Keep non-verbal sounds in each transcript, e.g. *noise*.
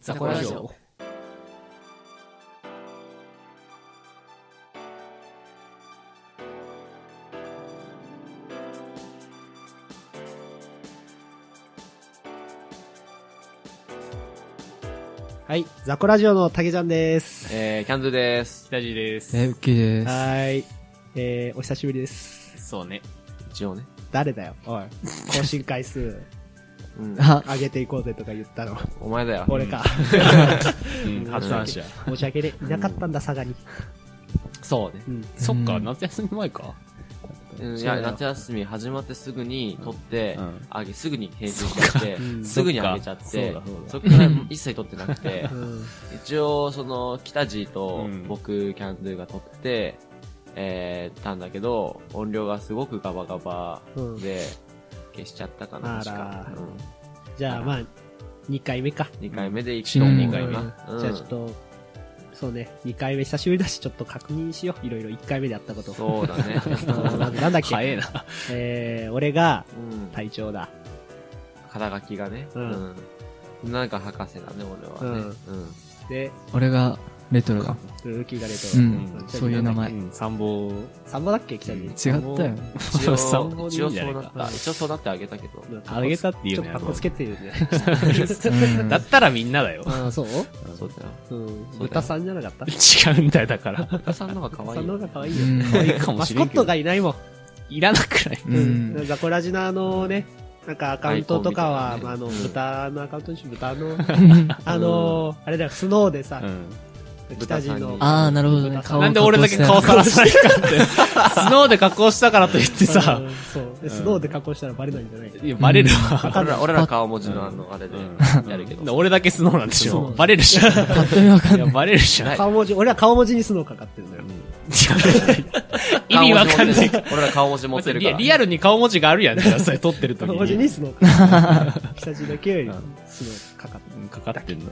ザコラジオ。はい、ザコラジオの竹ちゃんです。えー、キャンドゥです。北地です。え、ウッキーです。はい。えー、お久しぶりです。そうね。一応ね。誰だよ、おい。更新回数うん。あ、上げていこうぜとか言った *laughs* の。お前だよ。俺か。うん、発案者。申し訳ね、いなかったんだ、佐賀に。そうね。うん。そっか、うん夏休み前か。うんいそうや、だよ夏休み始まってすぐに撮ってうん、あげ、すぐに編集しちゃってう、んすぐにあげちゃっそってかそうだそう、だそっから一切撮ってなくてう、ん。一応、その、北地とうん僕、キャンドゥが撮って、えー、たんだけど、音量がすごくガバガバうんで、消しちゃったかな、あ確らか。じゃあ、まあ、2回目か。 2回目で一シ度ーン二二回目回目かうんな。じゃあちょっと、そうね、2回目久しぶりだし、ちょっと確認しよう。いろいろ1回目でやったこと。そうだね。うんなんなんだっけ早えな。えー、俺がうん隊長だ。肩書きがね。ううんん。なんか博士だね、俺はね。うん。で、俺がレトロだ。ルーキーがレトうロ。んそういう名前うん、参謀。サンボだっけ北に。違ったよ。一応、参謀でい一いん応じゃそなういなかっ。た。一応そうなってあげたけど。あげたっていうねちょっとかっこつけてるね。うんだったらみんなだよ。ああ、そうそうだよ。うん。そうだよ豚さんじゃなかった違うんだよ、だから。豚さんの方が可愛豚さいんのよ方。が可愛ういよ。ん可愛いかもマスしコれんッけど。トがいないもん。いらなくない。うん。ザコラジナのね、なんかアカウントとかアはイ、コンまああの、みたいなねうん豚のアカウントにし、豚 *laughs* の、あのー、あれだよ、スノーでさう、ん。北地の豚、さんにあー、なるほどね。顔をなんで俺だけ顔さらさないかって。スノーで加工したからといってさうん、そう。でスノーで加工したらバレないんじゃないいや、バレるわ。俺ら、俺ら顔文字のあの、あれでうんやるけど。俺だけスノーなんでしそょ。うバレるじゃん。パッと見わかんいなや、い。バレるじゃん。顔文字、俺は顔文字にスノーかかってるのよ。意味わかんない。俺ら顔文字持ってるから。リアルに顔文字があるやん、じゃあ、それ撮ってる時顔文字にに。スノーかか *laughs* ってる。北地だけスノーかかってる。うんかかってんの。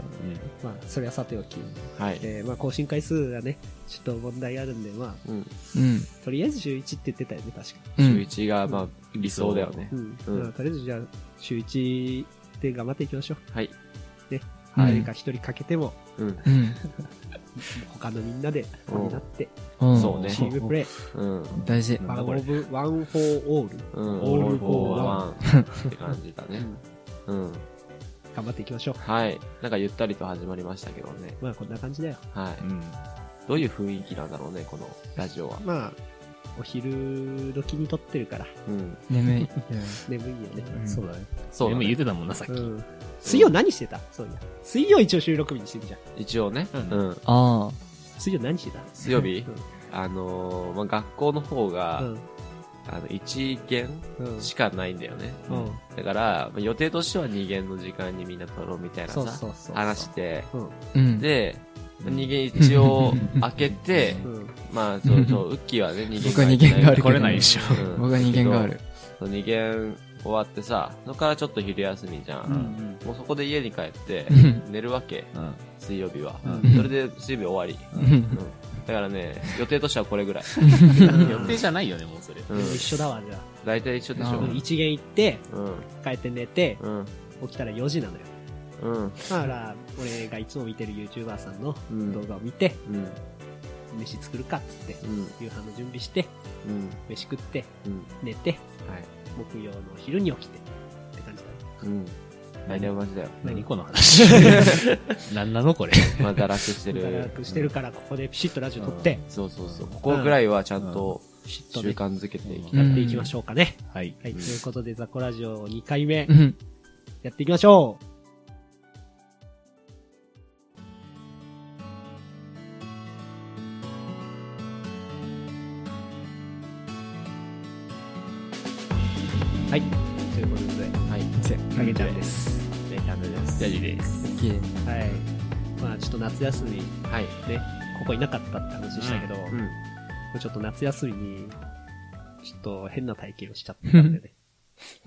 まあ、それはさておき。はい。えーまあ、更新回数がね、ちょっと問題あるんで、まあ、うん。うん。とりあえず週1って言ってたよね、確か。う週ん。一が、まあ、理想だよねう。ん。うんまあ、とりあえずじゃあ、週1で頑張っていきましょう。はい。はい誰か一人欠けても、うん。うん。他のみんなで、うんになって、うんそうねチームプレイ、うん。大事。ワンオブ、ワンフォーオール、うん。オールフォーワオールフォーワンって感じだね。うん。頑張っていきましょう。はい。なんかゆったりと始まりましたけどね。まあ、こんな感じだよ。はい。うん。どういう雰囲気なんだろうね、このラジオは。まあ、お昼時に撮ってるから、うん。眠い。眠いよね。うんそうだね。そうだでもね、言ってたもんな、さっき。うん。水曜何してたそういや。水曜一応収録日にしてるじゃん。一応ね。ううんん。あ水曜何してた水 *laughs* 曜日うんあのー、まあ、学校の方が、うん。あの、1限うん。しかないんだよね。うん。だから、まあ予定としては2限の時間にみんな取ろうみたいなさ、そうそうそう。話して、うん。あ。うん。で、2限一応開けて、うん。まあ、そうそう、ウッキーはね、2限僕は二限があるけど来れないでしょ。うん僕は人間がある。そう二限終わってさ、そこからちょっと昼休みじゃうんん。もうそこで家に帰ってう、寝るわけ、水曜日は。うんそれで水曜日終わり。うんだからね、予定としてはこれぐらい。 *laughs* 予定じゃないよね、もうそれ。うでんも。一緒だわ、じゃ大体一緒でしうあ。ょん。一元行って、うん。帰って寝て、うん。起きたら4時なのよ。うん。だから、俺がいつも見てる YouTuber さんのうん動画を見て、うん。飯作るかっつって、うん。夕飯の準備して、うん。飯食って、うん。寝て、はい。木曜の昼に起きて、って感じだね。うん。大体同じだよ。何この *laughs* 話。何なのこれ。まあ、堕落してる。 *laughs* 堕落してるから、ここでピシッとラジオ撮って、そうそうそう。ここぐらいはちゃんとピシッと習ね、慣づけていきたい。やっていきましょうかね。はい。はい、ということで、ザコラジオ2回目う、ん。やっていきましょうはい、ということで、はい。せ、かげちゃんです。ね、ダメです。ジャジです。きれい。はい。まあ、ちょっと夏休みね、はい。ここいなかったって話したけど、うん。ちょっと夏休みに、ちょっと変な体験をしちゃったんでね、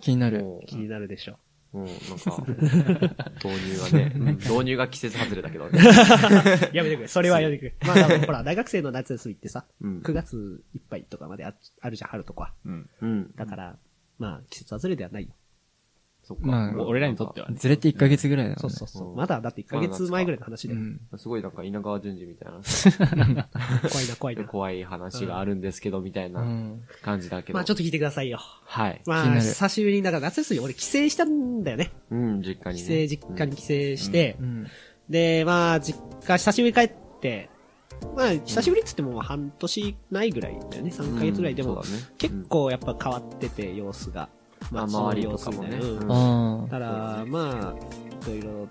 気になる。も気になるでしょ *laughs* う。う、もうなんか、導入がね、導入が季節外れだけどね。やめてくれ、それはやめてくれ。まあ、だからほら、大学生の夏休みってさ、うん9月いっぱいとかまでああるじゃん、春とか。うん。うん。だから、まあ、季節外れではないよ。そっか。まあ俺らにとってはね。ずれて1ヶ月ぐらいだもんね。そうそうそうう。んまだだって1ヶ月前ぐらいの話で。ん。。すごいなんか稲川淳二みたいな、怖いな、怖いな。怖い話があるんですけど、みたいうなん感じだけど。まあちょっと聞いてくださいよ。はい。ま気にあ、なる久しぶりに、だから夏休み俺帰省したんだよね。うん、実家に帰省、ね。実家に帰省してう。ん。で、まあ、実家、久しぶりに帰って、まあ、久しぶりっつってもまあ半年ないぐらいだよね。うん3ヶ月ぐらい。でうんも、そうだね結構やっぱ変わってて、様子が。まあ街の周り様と子かもねみたいなうんあただ、まあ、いろいろ、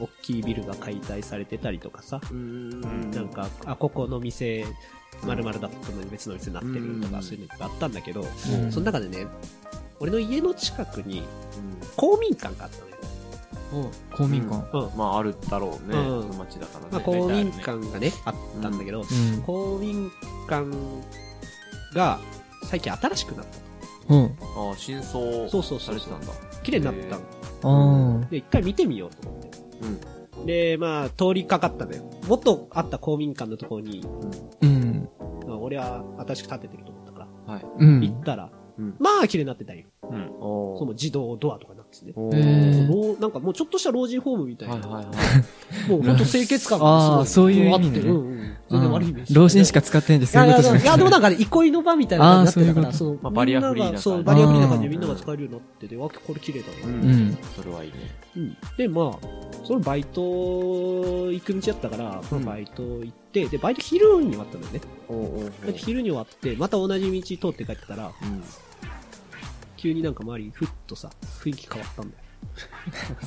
大きいビルが解体されてたりとかさ、うんうんなんか、あ、ここの店、まるだったのに別の店になってるとうか、んそういうのいっぱいあったんだけど、あ。うんその中でね、俺の家の近くに公民館があったのよ。公民館。うん。まああるだろうね。うんその街だからね。まあ、公民館がね、あったんだけど、うん公民館が最近新しくなった。うん。ああ、真相そうそうそうされてたんだ。綺麗になったの。あで、一回見てみようと思って。うん。で、まあ、通りかかったのよ。元あった公民館のところに、あ。うん。まあ、俺は新しく建ててると思ったから、はい。う行っん。たら、うんまあ、綺麗になってたよ。うん。おーその自動ドアとかになっててね。おへーー老なんかもうちょっとした老人ホームみたいな。はいはいはい。もうほんと清潔感がすごあい。あ、そういう意味あっでてうんね。うん。全然悪いイメージ。老人しか使ってないんですいやいや、私いやでもなんかね、憩いの場みたいな感じになってたから、あーそそうまあバリアフみリーなん感がじそう、バリアフリーな感じでうんみんなが使えるようになってて、わ、これ綺麗だな、う。ん。それはいいね。うん。で、まあ、そのバイト、行く道だったから、まあうんバイト行って、で、バイト昼に終わったんだよね。おおバイト昼に終わって、また同じ道通って帰ってたら、うん。急になんか周り、ふっとさ、雰囲気変わったんだよ。*laughs*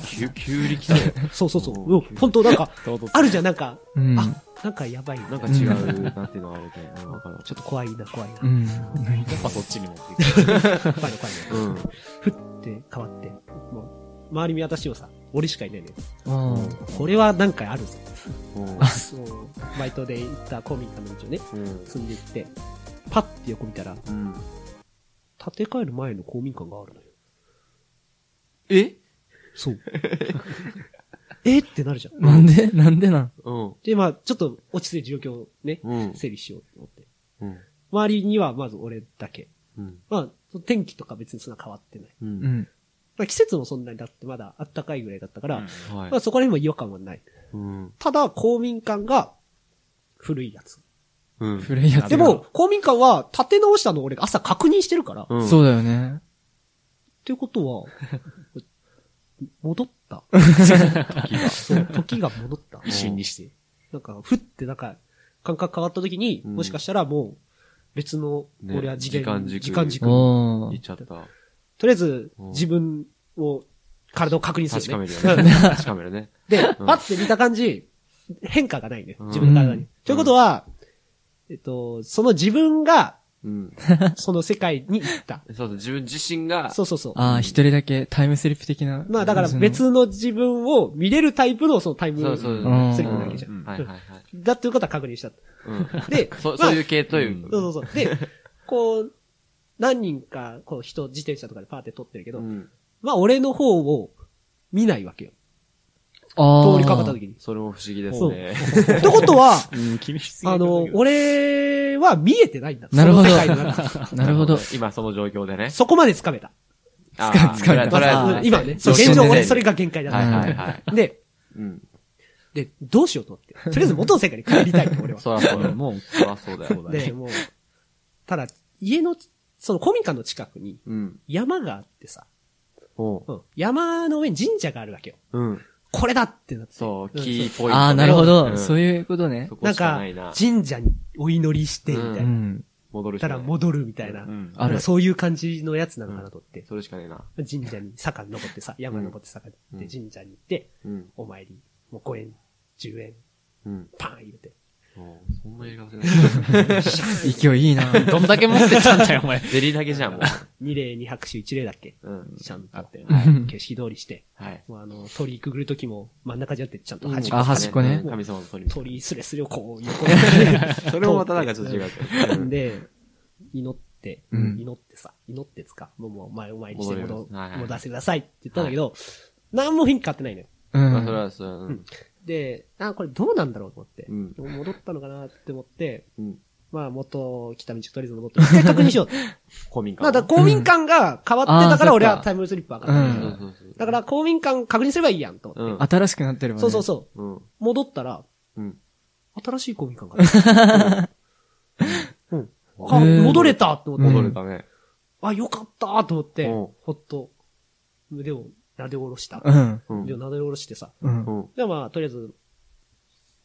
急、急力だよ。そうそうそう。おーうん、本当 *laughs* なんか、唐突あるじゃん、なんか、うん。あ、なんかやばいな。ななんんかか、違うなっていうのはあるね。うんわかるわちょっと怖いな、怖いな。う怖いん。やっぱそっちに持っていく。な、怖いな。うん。ふって変わって、もう、周り見渡してもさ、俺しかいないのよ。あこれはなんかある *laughs* ぞ。うんそう。バイトで行った公民館の道をね、うん積んで行って、パッて横見たら、うん。建て替える前の公民館があるのよ。えそう。 *laughs* えってなるじゃん。あ。なんでなんでなんうん。で、まあ、ちょっと落ち着いて状況をね、うん。整理しようと思って。うん。周りにはまず俺だけ。うん。まあ、天気とか別にそんな変わってない。う。うんん。まあ、季節もそんなにだってまだ暖かいぐらいだったから、うんはいまあ。そこら辺も違和感はない。うん。ただ、公民館が古いやつ。うん。古いやつが。でも、公民館は建て直したのを俺が朝確認してるから、うんそうだよね。っていうこと *laughs* は、戻った。時が。そう、時が戻った。 *laughs* 一瞬にして。。なんか、ふってなんか、感覚変わった時に、うんもしかしたらもう、別の、ね俺は次元、時間軸時間軸。とお言っー。ちゃった。りあえずうん、自分を、体を確認す確る、かめね。るよね。確かめるね。で、うんパッて見た感じ、変化がないね。自分の体に。うんということは、えっと、その自分が、うん。その世界に行 *laughs* った。そうそう、自分自身が、そうそうそう。ああ、一人だけタイムスリップ的な。まあだから別の自分を見れるタイプのそのタイムそうそううんスリップだけじゃん。はいはいはい。だっていうことは確認した。うん。で、 *laughs* そ、まあそういう系といううそんうそうそう。で、こう、何人か、こう人、自転車とかでパーって撮ってるけど、うん。まあ俺の方を見ないわけよ。ああ。通りかかった *laughs* 時に。それも不思議ですね。ってことは、うん、気にしすぎあるけどの、俺は見えてないんだ。なるほそどの世界の中。なるほど。 *laughs* 今その状況で *laughs* ね。そこまで掴め *laughs* た。あ疲れー疲れたとりあえず、今ね、そう、状況現ね状俺それが限界だはいはいかはい。ら。で、うん。で、どうしようと思って。とりあえず元の世界に帰りたいの、俺は。そらそうだよ。もう、そらそうだよ。で、もう、ただ、家の、その古民家の近くにうん。山があってさ、おう。うん山の上に神社があるわけよ。うん。これだってなって。そう、キーポイントね。ああ、なるほうど。んそういうことねそ。こなんしかかないな、。神社にお祈りして、みたいな。うう。ん戻るしたからない。戻るみたいな。うん。あなんかる。そういう感じのやつなのかなと思って。それしかねえな。神社に坂に登ってさ、山登って坂に行っうんて、神社に行って、うん。お参り、もう5円、10円、うん。パン入れて。おうそんな映画じゃない。勢いいいな。どんだけ持ってたんだよ、お前。ゼリー投げじゃん、も2礼2拍手1礼だっけう。うん。ちゃんとあってい、景色通りして、はい。もうあの、鳥居くぐるときも真ん中じゃなくて、ちゃんとうん端っこあ、端っこね。神様の鳥みたいな。鳥居すれすれをこう横に。 *laughs* それもまたなんかちょっと違うけど。うんで、祈って、うん祈ってさ、祈ってつか、もうもうお前お前にして戻り戻ますはいはい戻らせてくださいって言ったんだけど、何も変化変わってないのよ。うまあ、それん。は、それは、うん。で、あ、これどうなんだろうと思って、うん戻ったのかなって思って、うん。まあ、元、北道トリーズの元、一回確認し *laughs* よう。公民まあ、館。だから公民館が変わってたから俺はタイムスリップ上がったんだけうどんうんうんだから公民館確認すればいいやんと思って。うん新しくなってればね。そうそうそう。うん。戻ったら、うん。新しい公民館がある。うん。あ、へー戻れたと思って。戻れたね。あ、よかったと思って、うんほっと、腕を撫で下ろした。うん。うん。腕を撫で下ろしてさ。うん。うん。じゃあまあ、とりあえず、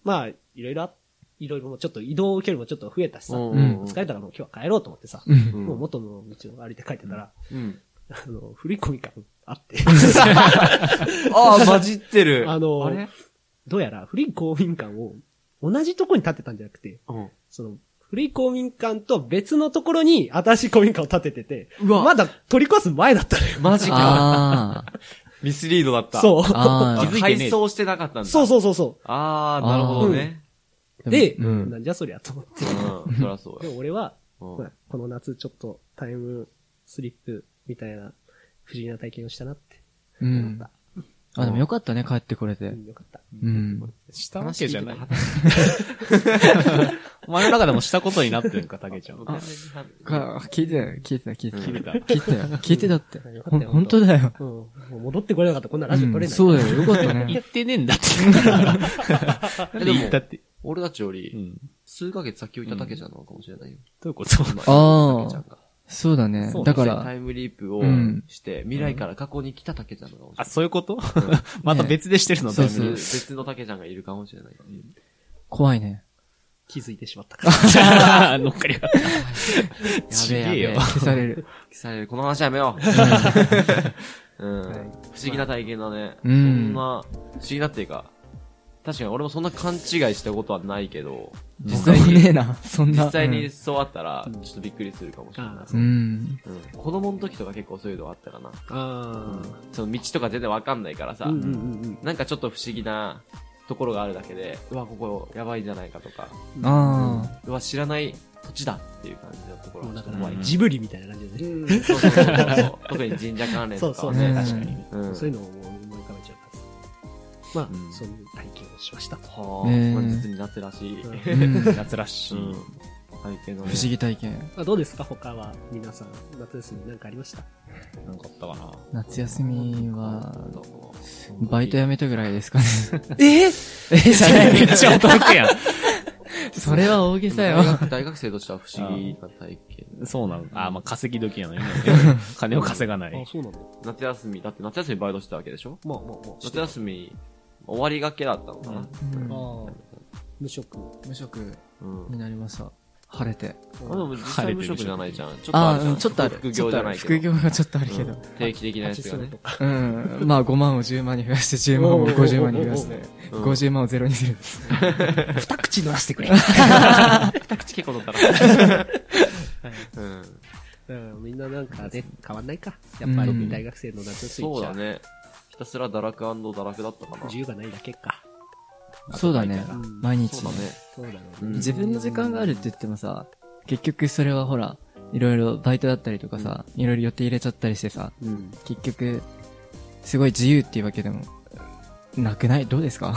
まあ、いろいろあ、いろいろもうちょっと移動距離もちょっと増えたしさ、うん疲うれんたからもう今日は帰ろうと思ってさ、うん。もう元の道を歩いて帰ってたら、 *laughs* うん。あの、古い公民館あって、ああ、混じってる。あのあれどうやら古い公民館を同じとこに建てたんじゃなくて、うん。その、古い公民館と別のところに新しい公民館を建ててて、うわまだ取り壊す前だったのよ。マジか。あーミスリードだった。そう。*laughs* ああ。ー。気づいてね改装してなかったんだ。そうそうそうそああ、なるほどね。う。 *laughs* で、うんなんじゃそりゃと思って。うん。そりゃそうでや。も俺は、うんほらこの夏ちょっとタイムスリップみたいな不思議な体験をしたなってう思っんた。。あ、でもよかったね、帰ってこれうてん。よかった。うん。したわけじゃない。話お前の中でもしたことになってるんか、たけちゃん。完全に話か、聞いてたよ、聞いてた、聞いてた。 *laughs* 聞いてた聞いてたよ、聞いてたってうん。ほん本当だよ。うん。もう戻ってこれなかったらこんなラジオ撮れない。うんそうだよ、よかったね *laughs* 言。ってねえんだって。 *laughs* えででも言ったって。俺たちようり、ん。数ヶ月先をいただけじゃんのかもしれないよ。どういうこと今あー竹ちゃんがそうだねそう。だかタら、イムリープをうんして、未来から過去に来た竹ちゃんのかもしれあ、ない。そういうことまた別でしてるのそうだそうい別別の竹ちゃんがいるかもしれない。怖いね。気づいてしまったから。ぶ *laughs* 乗っかりやがったやべえやべえ。消さ *laughs* れる。消される。この話やめよう。 *laughs* うん。不思議な体験だね。うそんんな、不思議なっていうか、確かに俺もそんな勘違いしたことはないけど、実際にねえな、そんな。実際にそうあったら、ちょっとびっくりするかもしれなあー。いうん。うん。うん子供の時とか結構そういうのあったかな。あその道とか全然わかんないからさ、あ。うんうんうんなんかちょっと不思議なところがあるだけで、うわ、ここやばいんじゃないかとか、あうわ、知らない土地だっていう感じ *laughs* のとこうろん。もうがだか怖い。ら、ジブリみたいな感じでね。そうそうそうそう特に神社関連そとうかそはうねね、うん確かに。うんそういうのを思い浮かべちゃったっすまあ、うんそういう体験をしま *laughs* した。はあ、ねえこれ実に夏らしい。ううんん。ー。う *laughs* ん不夏らしい。体験のね思議体験。まあ、どうですか他は皆さん、夏休みなんかありましたなんかあったかな。夏休みは、なんかこうバイト辞めたぐらいですかね。ええ、じゃ *laughs* め *laughs* っちゃ驚くやん。それは大げさ大よ。学大学生としては不思議な体験。そうなの。あ、まあ稼ぎ時やの *laughs* ね。金を稼がなあ、い。そうなの夏休み、だって夏休みバイトしてたわけでしょまあまあまあ。夏休み、終わりがけだったのかな。うんああ、無職。無職うん。になりました。晴れて。あでも実際無職じゃないじゃん。ちょっとああるあじゃ。ー、うんんちょっとある。副業じゃないけど。副業がちょっとあるけうどん。定期的なやつがねと。か。うん。まあ5万を10万に増やして10万を50万に増やしてうん50万をゼロにする。二口乗らせてくれ。二口結構取ったら。うんうんみんななんかね、変わんないか。やっぱうんり大学生の夏休みそうじゃだね。ひたすら堕落堕落だったかな。自由がないだけか。そうだねうん。毎日そうだ。ね。そうだね。うん自分の時間があるって言ってもさ、結局それはほら、いろいろバイトだったりとかさ、いろいろ予定入れちゃったりしてさ、うん。結局、すごい自由っていうわけでも、なくないどうですか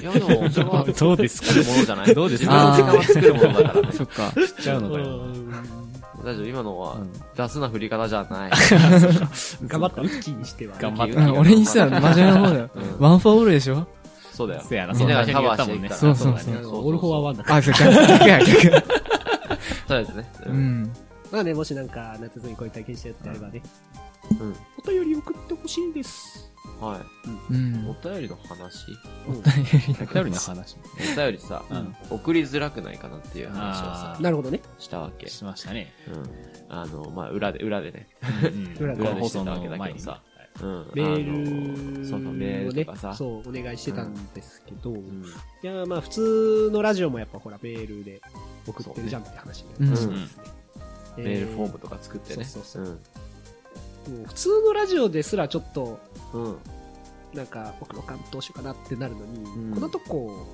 いやでも、それはどうですか作るものじゃない。どうです *laughs* 自分のか時間は作るものだからね。 *laughs* そ *laughs* っか。しちゃうのかよ。大丈夫、今のはうん、雑な振り方じゃない。頑張った、ウッキーにしては。頑張っうたん、俺にしたら真面目な方だよ。うんワンフォーオールでしょそうだよ。せやなみんながカバーしていくから。そうそうそうだねオールフォアワンだから。あ、そっか。逆や逆。そうですね。ううん。ん。まあね、もしなんか夏休みこういう体験したよってあればね、うんお便り送ってほしいです。はうい。おん。便りの話お便りの話お便りさうん、送りづらくないかなっていう話をあさー、なるほどね。したわけ。しましたね。うん。あの、まあ、裏で、裏でね。うん裏でしてたわけだけどさ。うん。メーあルのそうそう、メールとかをさね、。そう、お願いしてたんですけど、うんいや、まあ普通のラジオもやっぱほら、メールで送ってるじゃんって話になりますねうんメールフォームとか作ってね。そうそうム。もう普通のラジオですらちょっと、うん。うん。なんか、僕の感どうしようかなってなるのに、んこのとこ、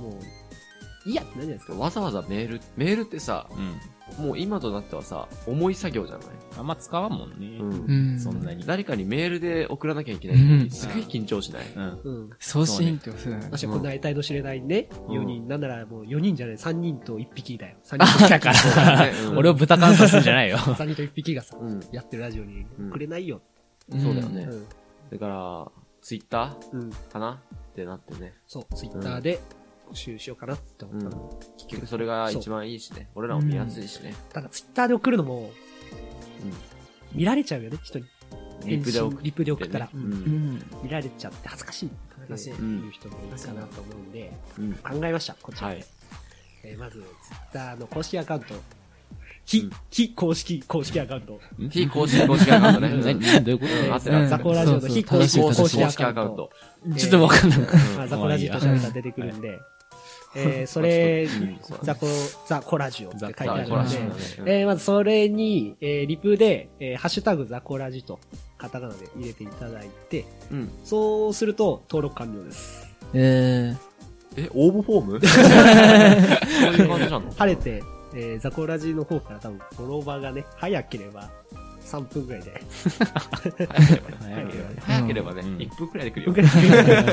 もう、いいやってなるじゃないですか。わざわざメール、メールってさ、うん。もう今となってはさ、重い作業じゃないあんま使わんもんね。うんうん。そんなに。誰かにメールで送らなきゃいけないのうんに、すげえ緊張しない。うん。うん。送信ってそうだね。私はこんな得体の知れないね、うん4人、なんならもう4人じゃない、3人と1匹だよ。3人と1匹だから *laughs* ねうん俺を豚観察するんじゃないよ。 3人と1匹がさ、うん。やってるラジオにくれないよ。んそうだようね。ん。だから、ツイッタうん。ーかなってなってね。そう、ツイッターで募集しようかなって思うったんの。。結局それが一番いいしね。俺らも見やすいしね。ただツイッターで送るのも、見られちゃうよね、人に。リプで送返っ信リプで送てったねら。。う。うんん。見られちゃって恥ずかしいかしいっていう人もいるかなと思うんで、うん。考えました、こちら。はい。えーまず、ツイッターの公式アカウント。非、うん非公式、公式アカウント。非公式公式アカウントね。何うん何どういうこうん合ってるう合っんてザるコラジオのそうそう非公式正しい公公式ア式カウアンカウントト。。とちょっとわかんない。まあザコラジオと調べたら出てくるんで、えーそれうんそうだね、ザコ、ザコラジオって書いてさああ、るコラのジでオだね、うんえーまずそれに、えーリプで、えーハッシュタグザコラジとカタカナで入れていただいて、うん。そうすると登録完了です。ええ、応募フォームそういう感じなの晴れて、えーザコラジの方から多分フォロワーがね、早ければ3分ぐらいで、早ければね早ければね、うん1分くらいで来るぐよ。らいで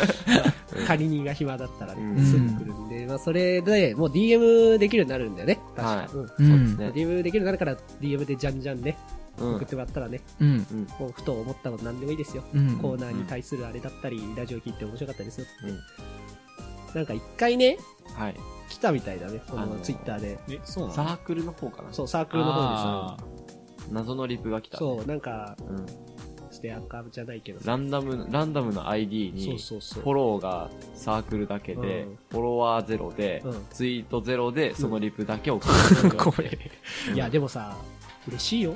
*laughs* 仮にが暇だったらうんね、すぐ来るんで、まあそれでもう DM できるようになるんだよね、確か。はいうんそー。ううですん。ね。 DM できるようになるから DM でじゃんじゃんね、うん送ってもらったらね、うん。もうふと思ったこと何でもいいですよ。うん。コーナーに対するあれだったり、ラジオ聞いて面白かったですよ。うんなんか一回ね、はい。来たみたいだね、こあののーツイッターで。え、そうなサのークルの方かなそう、サークルの方あ謎のリプが来でた。すよ。そう、なんか、うん。ステアカじゃないけどランダム、ランダムの ID そうに、そうそフォう。ローがサークルだけで、うんフォロワーゼロで、うんツイートゼロで、そのリプだけ送 *laughs* る。これ。いや、でもさ、嬉しいよ。い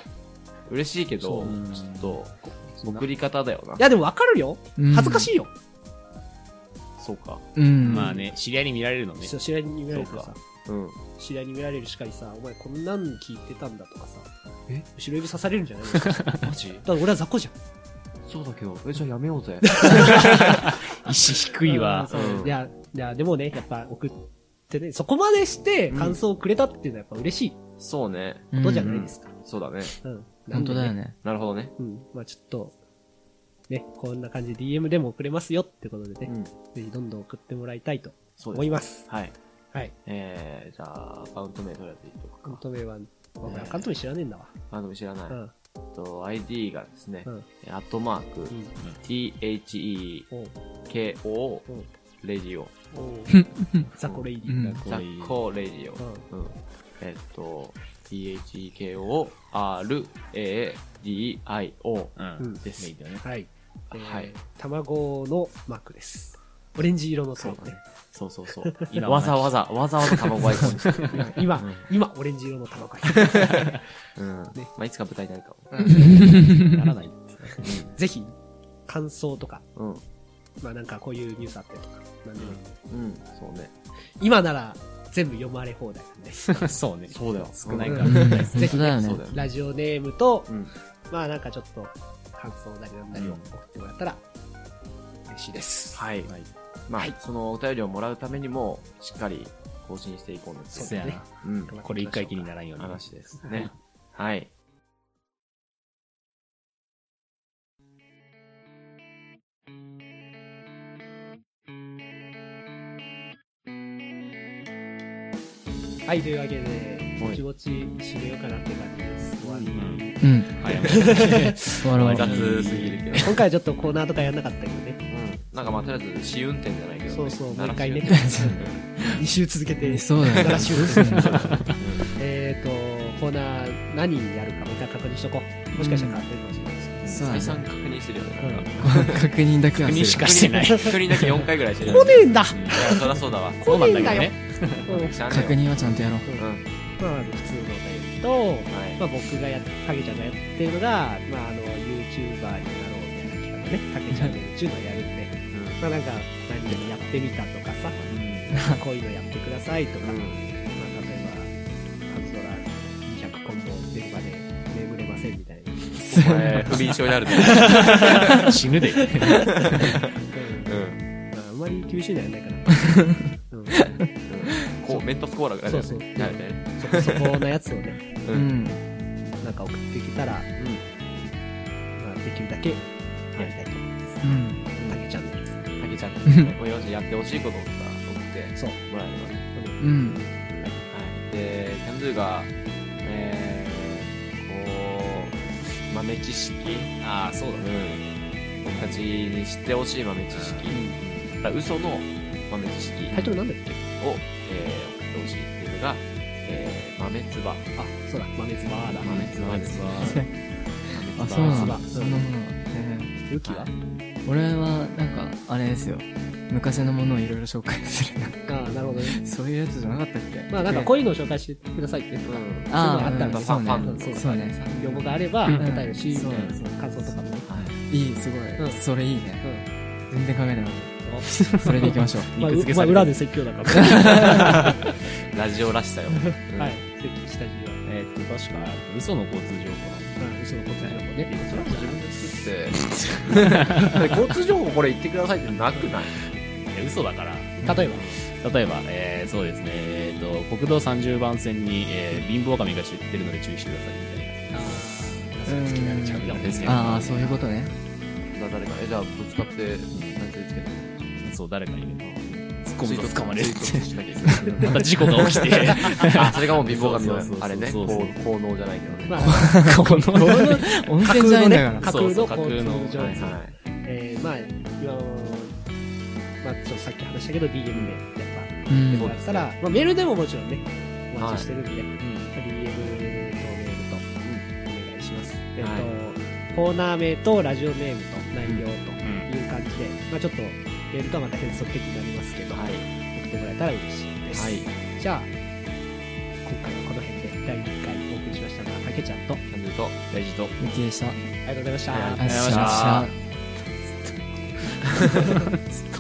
嬉しいけそどう、ちょっと、送り方だよな。や、でもわかるよ。うん恥ずかしいよ。そうか。うん。まあ。ね、知り合いに見られるのね。そう知り合いに見られるとそさ、うん。知り合いに見られるしかりさ、お前こんなん聞いてたんだとかさ、え後ろ指刺されるんじゃないマジだから俺は雑魚じゃん。そうだけど、え、じゃあやめようぜ。意識低いわ。うんそううんいや、いや、でもね、やっぱ送ってね、そこまでして感想をくれたっていうのはやっぱ嬉しいこ *laughs* そうね。とじゃないですか。そうだね。うん。なんで本当だよ。ね。なるほどね。うん。まあちょっと、ね、こんな感じで DM でも送れますよってことでうね、ん。ぜひどんどん送ってもらいたいとそう思でいす。ます。はい。はい。えー、じゃあ、アカウント名とりあえず言っとアカウンくか。ト名は、まあね俺アカウント名知らねえんだわ。あの、知らない。うん。えっと、ID がですねう、ん。えアットマーク、おう THEKO うんレディオ。おうザコレイデうィ。ん。ザッコレディオ。うんえっと、THEKORADIO う。うんん。です。はい。えーはい。卵のマークです。オレンジ色のそ卵うねだね。そうそう *laughs* そう。今わざわざ、わざわざ卵アイコンにしてる。 *laughs* 今うん、今、オレンジ色の卵が。うん。まあ、いつか舞台になるか *laughs* ならない。ぜひ、感想とか、も。まあなんかこういうニュースあったりとか、なんでもいいうん。うん。そうね。今なら全部読まれ放題なんで。そうね。そうだよ少ないかうら。ん *laughs* 本当だよそうねだ。よね。ラジオネームと、うん。まあなんかちょっと感想なりなんなりを送ってもらったら嬉しいです。はい。まあ、そのお便りをもらうためにも、しっかり更新していこうねってそうやそうだな。うん。これ一回きりにならんように。話ですね。はい。はい、というわけで、はいぼちぼち締めようかなって感じです。終わりうんうん。はい。終わろう。雑すぎるけど。今回はちょっとコーナーとかやんなかったけど *laughs* ね、うん。なんかまあ、とりあえず、試運転じゃないけどね。そうそう鳴らしてもう一回ね2週続けて、そうだよね。えっと、コーナー何やるかもう一回確認しとこう。もしかしたら変わってるかもしれないです。そうだ再ね。三確認してるよね。なんか確認だけは確認する。しかしてない。確認だけ4回ぐらいしてるよ来ねね。えんだいや、そりゃそうだわ。そうなんだけどね。うんしゃあねえ確よ認はちゃんとやろう。うん。まあ、あの普通のお便りと、はい。まあ、僕がやっ、たけちゃんがやってるのが、まあ、あの、YouTuber になろうみたいな企画ね、たけちゃんの YouTuber やるんで、まあ、なんか、何々やってみたとかさ、こういうのやってくださいとか、うんまあ、例えば、パズドラ200コンボ出るまで眠れませんみたいな。お前、不眠症になるね。 *laughs* 死ぬで。うん。まあ、あんまり厳しいのはやんないかな。うん。こう、メントスコーラがそうそ出てうるなるね。そこそこのやつをね、う。うんん。なんか送っていけたら、まあ、できるだけやりたいと思います。うん。たけちゃんです。たけちゃんにです *laughs* ね、もうよしやってほしいことをさ、送ってそう。もらえれば。うん。はい。で、キャンドゥが、えー、こう、豆知識ああ、そうだうね。ん。僕たちに知ってほしい豆知識。だから嘘の豆知識タイトルなんだっけを、えー、送ってほしいっていうのが、えー、豆つば。あ、そうだ、豆つばだ。豆つばです。あ、そうなんうだ。んそんなものが。えールキは俺は、なんか、あれですよ。昔のものをいろいろ紹介する。ああ、なるほどね。そういうやつじゃなかったっけまあ、なんか、こういうのを紹介してくださいって。うん。あそういうのあったらうんファフンそうねァンそうね。要望があれば、うん答えるし、みたいなそう感想とかもね。いい、すごうんい。それいいね。うん。全然考えてなかった。それでいき *laughs* ましょう。ま肉あ、う付けまされてあ、る裏で説教だから。はラジオらしさよ。うんい。。説教した理由は。えーっと、確か、嘘の交通情報うん、嘘の交通情報ね。それも自分で作って。交通情報これ言ってくださいってなくないなんでえ嘘だから。例えば、例えば、えー、そうですね、えー、と国道30番線に、えー、貧乏神が散ってるので注意してくださいみうんたいな、ちゃんとですけどああ、そういうことね。だ誰か、え、じゃあぶつかって、何て言うんですけど。そう、誰かに突っ込むと捕まれるツっイートて、しなきゃいけ *laughs* な *laughs* いまた事故が起きて、 *laughs* あ、それがもう貧乏神そうそうそうの、そうあれね、そうそうこう効能じゃないけどね。まあ、この、温架空泉じゃなのいんだね、か架そうそう空の交通情架報空はのいはい。えー、まあ、今の、まあ、ちょっとさっき話したけど、DM で、やっぱ、ら。うん。もうらったら、まあ、メールでももちろんね、お待はいちしてるんで、DM とメールと、お願いします。えっ、はいと、コーナー名とラジオネームと内容とうんいう感じで、まあ、ちょっと、メールとはまた変則的になりますけど、はい。送ってもらえたら嬉しいです。はい。じゃあ、今回はこの辺で第1回お送りしましたが、たけちゃんと、ありキャンドゥと、大事と、きでした。あがりとうございました。はいがとうございました。